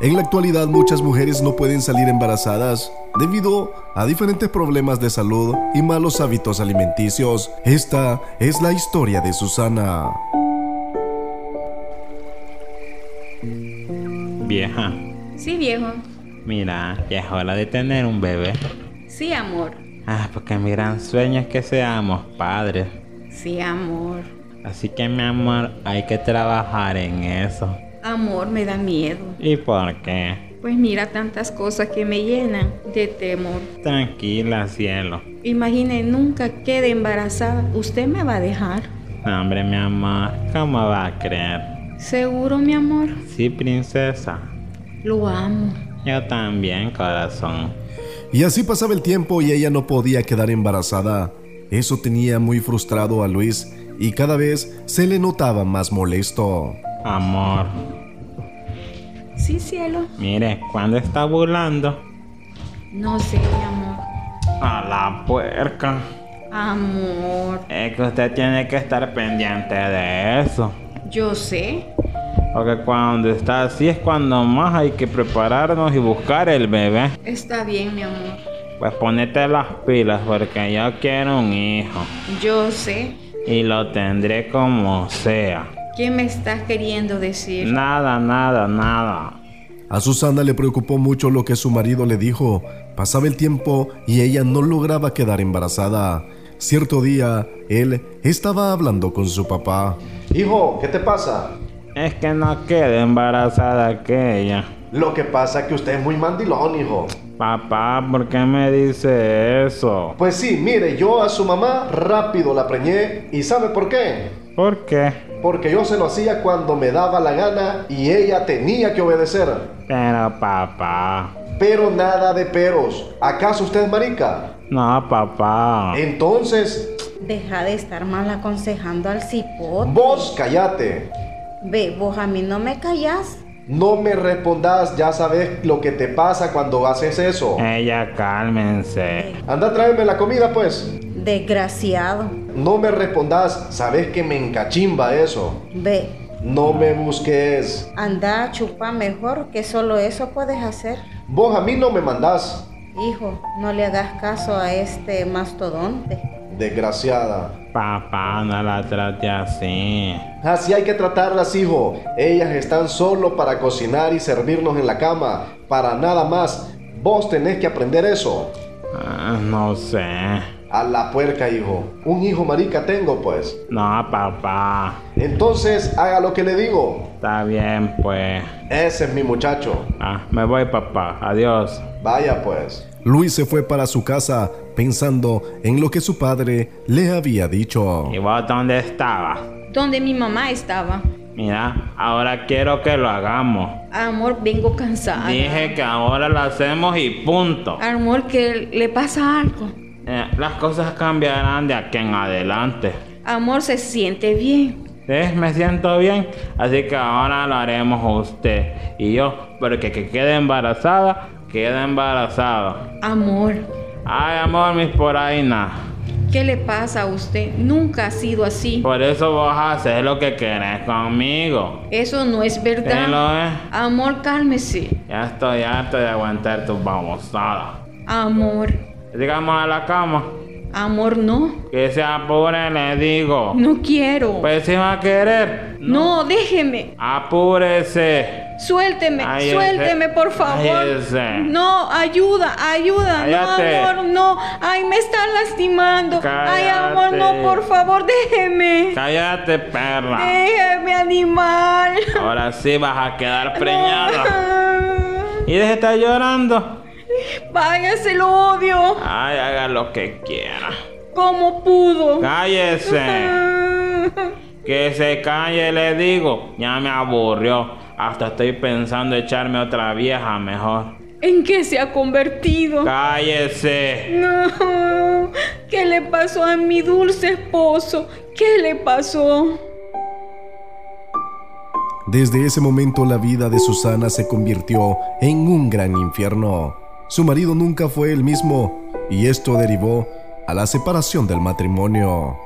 En la actualidad muchas mujeres no pueden salir embarazadas debido a diferentes problemas de salud y malos hábitos alimenticios. Esta es la historia de Susana. Vieja, Sí, viejo. mira, ya es hora de tener un bebé. Sí, amor. Ah, porque mi gran sueño es que seamos padres. Sí, amor. Así que mi amor, hay que trabajar en eso. Amor me da miedo. ¿Y por qué? Pues mira tantas cosas que me llenan de temor. Tranquila, cielo. Imagine, nunca quede embarazada. ¿Usted me va a dejar? No, hombre, mi amor, ¿cómo va a creer? Seguro, mi amor. Sí, princesa. Lo amo. Yo también, corazón. Y así pasaba el tiempo y ella no podía quedar embarazada. Eso tenía muy frustrado a Luis y cada vez se le notaba más molesto. Amor, Sí, cielo. mire, ¿cuándo está burlando? No sé, mi amor. A la puerca. Amor. Es que usted tiene que estar pendiente de eso. Yo sé. Porque cuando está así es cuando más hay que prepararnos y buscar el bebé. Está bien, mi amor. Pues ponete las pilas porque yo quiero un hijo. Yo sé. Y lo tendré como sea. ¿Qué me estás queriendo decir? Nada, nada, nada. A Susana le preocupó mucho lo que su marido le dijo. Pasaba el tiempo y ella no lograba quedar embarazada. Cierto día, él estaba hablando con su papá. Hijo, ¿qué te pasa? Es que no quede embarazada aquella. Lo que pasa es que usted es muy mandilón, hijo. Papá, ¿por qué me dice eso? Pues sí, mire, yo a su mamá rápido la preñé y ¿sabe por qué? ¿Por qué? Porque yo se lo hacía cuando me daba la gana y ella tenía que obedecer. Pero papá. Pero nada de peros. ¿Acaso usted es marica? No, papá. Entonces, Deja de estar mal aconsejando al cipote. vos callate. Ve, vos a mí no me callás. No me respondas, ya sabes lo que te pasa cuando haces eso. Eh. Ella, cálmense. Anda, tráeme la comida, pues. Desgraciado. No me respondas, sabes que me encachimba eso. Ve, No me busques. anda a chupar mejor, que solo eso puedes hacer. Vos a mí no me mandás, Hijo, no le hagas caso a este mastodonte. desgraciada. Papá, no la trate así. Así hay que tratarlas, hijo. Ellas están solo para cocinar y servirnos en la cama, para nada más. Vos tenés que aprender eso. Ah, no sé. A la puerca, hijo. Un hijo marica tengo, pues. No, papá. Entonces, haga lo que le digo. Está bien, pues. Ese es mi muchacho. Ah, me voy, papá. Adiós. Vaya, pues. Luis se fue para su casa pensando en lo que su padre le había dicho. ¿Y vos dónde estabas? Donde mi mamá estaba. Mira, ahora quiero que lo hagamos. Amor, vengo cansada. Dije que ahora lo hacemos y punto. Amor, que le pasa algo. Eh, las cosas cambiarán de aquí en adelante. Amor, se siente bien. ¿Ves? Me siento bien, así que ahora lo haremos usted y yo, porque que quede embarazada, queda embarazada. Amor, Ay, amor, mis por ahí nada. ¿qué le pasa a usted? Nunca ha sido así. Por eso vos haces lo que querés conmigo. Eso no es ¿Sí verdad. lo es? Amor, cálmese. Ya estoy harto de aguantar tus babosadas. Amor, Llegamos a la cama. amor, no. Que se apure, le digo. No quiero. Pues si va a querer. No, déjeme. Apúrese. Suélteme, Ay, suélteme, ese- por favor. ay, ese. No, ayuda, ayuda. eh. Cállate. No, amor, no. Ay, me está lastimando. Ay, amor, Cállate. no, por favor, déjeme. Cállate, Eh, perra. Déjeme, animal. Ahora sí vas a quedar preñada. Ah, Y deje de estar llorando. Váyase, lo odio. Ay, haga lo que quiera. ¿Cómo pudo? Cállese. Ah. Que se calle, le digo. Ya me aburrió. Hasta estoy pensando echarme otra vieja mejor. ¿En qué se ha convertido? Cállese. No, ¿qué le pasó a mi dulce esposo? ¿Qué le pasó? Desde ese momento la vida de Susana se convirtió en un gran infierno. Su marido nunca fue el mismo y esto derivó a la separación del matrimonio.